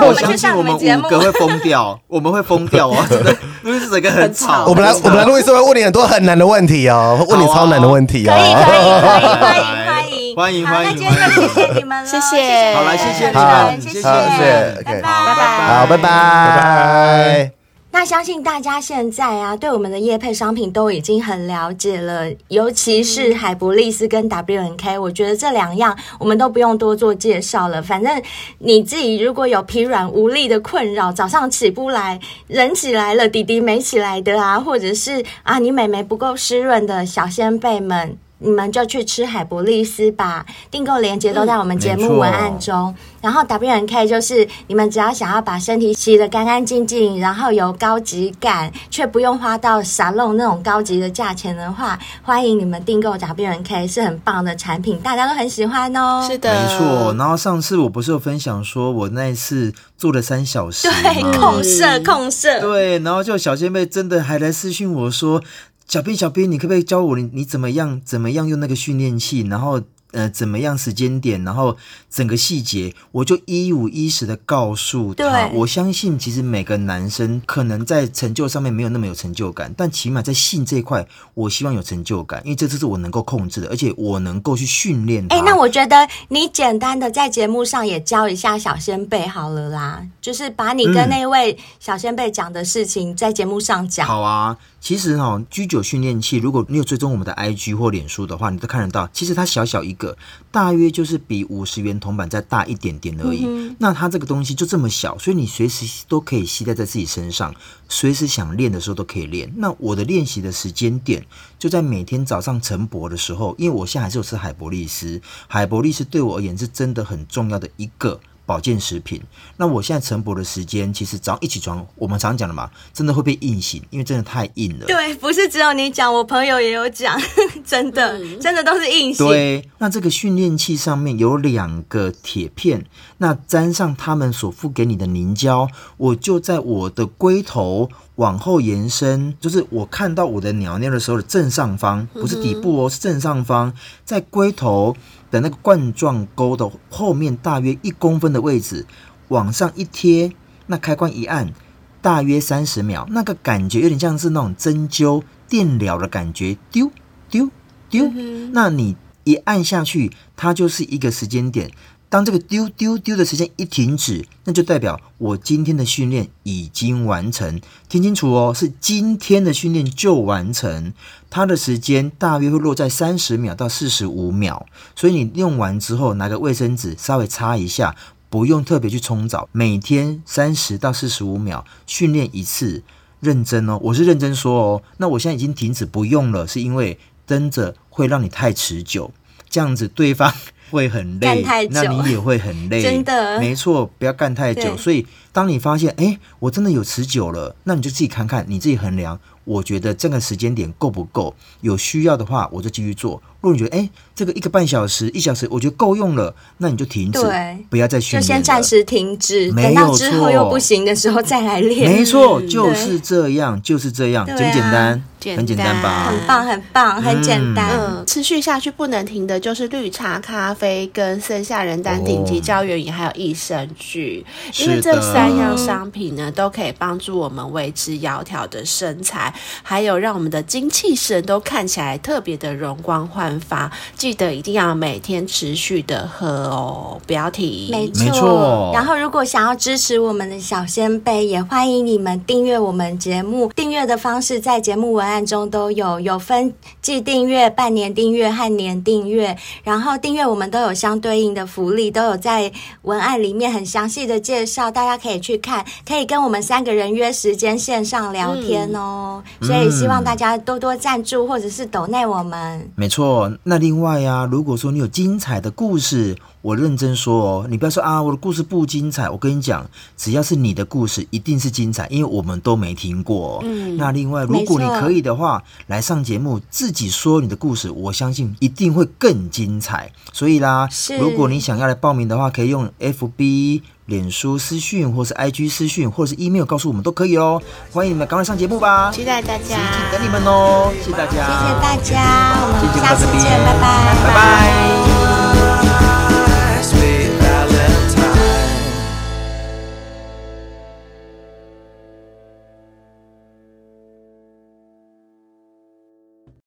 Speaker 2: 我
Speaker 3: 们
Speaker 2: 相
Speaker 3: 就
Speaker 2: 信
Speaker 3: 上
Speaker 2: 我
Speaker 3: 你
Speaker 2: 们
Speaker 3: 们节
Speaker 2: 五
Speaker 3: 目
Speaker 2: 个会疯 掉，我们会疯掉 哦，真的，因为整个很吵。
Speaker 5: 我们来，
Speaker 3: 啊
Speaker 5: 我们来录音室会问你很多很难的问题哦，会问你超难的问题
Speaker 3: 可以可
Speaker 5: 哦。
Speaker 3: 以可以，欢迎欢
Speaker 2: 欢迎
Speaker 3: 迎
Speaker 2: 欢迎
Speaker 3: 好那今天就谢谢你们了，
Speaker 7: 谢谢
Speaker 2: 好来谢谢你
Speaker 5: 好
Speaker 2: 们，
Speaker 3: 谢
Speaker 2: 谢
Speaker 3: 谢，
Speaker 5: 好谢谢
Speaker 3: 拜
Speaker 5: OK
Speaker 3: 拜
Speaker 7: 拜
Speaker 5: 好，拜拜，拜
Speaker 3: 那相信大家现在啊，对我们的业配商品都已经很了解了，尤其是海博利斯跟 W N K，我觉得这两样我们都不用多做介绍了。反正你自己如果有疲软无力的困扰，早上起不来，人起来了，弟弟没起来的啊，或者是啊你妹妹不够湿润的小先辈们。你们就去吃海博利斯吧，订购链接都在我们节
Speaker 2: 嗯没
Speaker 3: 目
Speaker 2: 错
Speaker 3: 文案中。然后 W N K 就是你们只要想要把身体洗得干干净净，然后有高级感，却不用花到沙龙那种高级的价钱的话，欢迎你们订购 W N K 是很棒的产品，大家都很喜欢哦。
Speaker 7: 是的，
Speaker 2: 没错，，然后上次我不是有分享说，我那一次做了三小时吗
Speaker 3: 对，控色控色，
Speaker 2: 对，然后就小仙妹真的还来私讯我说：“小 B 小 B，你可不可以教我你你怎么样怎么样用那个训练器？然后呃怎么样时间点，然后整个细节，我就一五一十的告诉他。
Speaker 3: 对
Speaker 2: 我相信其实每个男生可能在成就上面没有那么有成就感，但起码在性这一块，我希望有成就感，因为这次是我能够控制的，而且我能够去训练他。
Speaker 3: 哎、那我觉得你简单的在节目上也教一下小先辈好了啦，就是把你跟
Speaker 2: 嗯
Speaker 3: 那位小先辈讲的事情在节目上讲。
Speaker 2: 好啊，其实哈、居酒训练器，如果你有追踪我们的 IG 或脸书的话，你都看得到。其实它小小一个，大约就是比五十元铜板再大一点点而已。那它这个东西就这么小，所以你随时都可以携带在自己身上，随时想练的时候都可以练。那我的练习的时间点就在每天早上晨勃的时候，因为我现在还是有吃海博利斯，海博利斯对我而言是真的很重要的一个。保健食品。那我现在晨勃的时间，其实早上一起床，我们常讲的嘛，真的会被硬醒，因为真的太硬了。
Speaker 3: 对，不是只有你讲，我朋友也有讲， 真的，
Speaker 2: 嗯
Speaker 3: 真的都是硬性。
Speaker 2: 对，那这个训练器上面有两个铁片，那沾上他们所付给你的凝胶，我就在我的龟头往后延伸，就是我看到我的鸟尿的时候的正上方，不是底部哦，是正上方，在龟头的那个冠状沟的后面大约一公分的位置往上一贴，那开关一按。大约三十秒，那个感觉有点像是那种针灸电疗的感觉，丢丢丢。那你一按下去，它就是一个时间点。当这个丢丢丢的时间一停止，那就代表我今天的训练已经完成。听清楚哦，是今天的训练就完成。它的时间大约会落在三十秒到四十五秒，所以你用完之后拿个卫生纸稍微擦一下，不用特别去冲澡，每天三十到四十五秒训练一次，认真哦，我是认真说哦。那我现在已经停止不用了，是因为蹲着会让你太持久，这样子对方会很
Speaker 3: 干
Speaker 2: 累
Speaker 3: 太，久
Speaker 2: 那你也会很累，
Speaker 3: 真的
Speaker 2: 没错，不要干太久。
Speaker 3: 对
Speaker 2: 所以当你发现，哎，我真的有持久了，那你就自己看看，你自己衡量。我觉得这个时间点够不够？有需要的话，我就继续做。如果你觉得，哎，这个一个半小时、一小时，我觉得够用了，那你就停止
Speaker 3: 对，
Speaker 2: 不要再训
Speaker 3: 就
Speaker 2: 练了，
Speaker 3: 先暂时停止，
Speaker 2: 没有
Speaker 3: 等到之后
Speaker 2: 错
Speaker 3: 又不行的时候再来练。
Speaker 2: 没错，就是这样，就是这样，
Speaker 3: 对
Speaker 2: 简
Speaker 3: 啊
Speaker 2: 不简单，
Speaker 4: 简
Speaker 2: 很简单吧？
Speaker 3: 很棒，很棒，很简单。
Speaker 4: 嗯，持续下去不能停的就是绿茶咖啡跟森下仁丹顶级胶原饮，还有益生菌，因为
Speaker 2: 是
Speaker 4: 这
Speaker 2: 的
Speaker 4: 三样商品呢，都可以帮助我们维持窈窕的身材，还有让我们的精气神都看起来特别的容光焕发。记得一定要每天持续的喝哦，不要停。
Speaker 3: 没
Speaker 2: 没错
Speaker 3: 然后，如果想要支持我们的小先辈，也欢迎你们订阅我们节目。订阅的方式在节目文案中都有，有分季订阅、半年订阅和年订阅。然后订阅我们都有相对应的福利，都有在文案里面很详细的介绍，大家可以去看，可以跟我们三个人约时间线上聊天哦。
Speaker 2: 嗯
Speaker 3: 所以希望大家多多赞助或者是抖内我们。
Speaker 2: 没错，那另外呀、如果说你有精彩的故事，我认真说哦，你不要说啊，我的故事不精彩。我跟你讲，只要是你的故事，一定是精彩，因为我们都没听过、嗯，那另外，如果你
Speaker 3: 没错
Speaker 2: 可以的话，来上节目自己说你的故事，我相信一定会更精彩。所以啦
Speaker 3: 是，
Speaker 2: 如果你想要来报名的话，可以用 FB。脸书私讯，或是 IG 私讯，或者是 email 告诉我们都可以哦。欢迎你们赶快上节目吧，
Speaker 4: 期待大家，
Speaker 2: 等你们哦，谢谢大家，
Speaker 3: 谢谢大家，我
Speaker 2: 今
Speaker 3: 们
Speaker 2: 天就
Speaker 3: 啊下
Speaker 2: 到这
Speaker 3: 次
Speaker 2: 边
Speaker 3: 见，拜拜
Speaker 2: 拜拜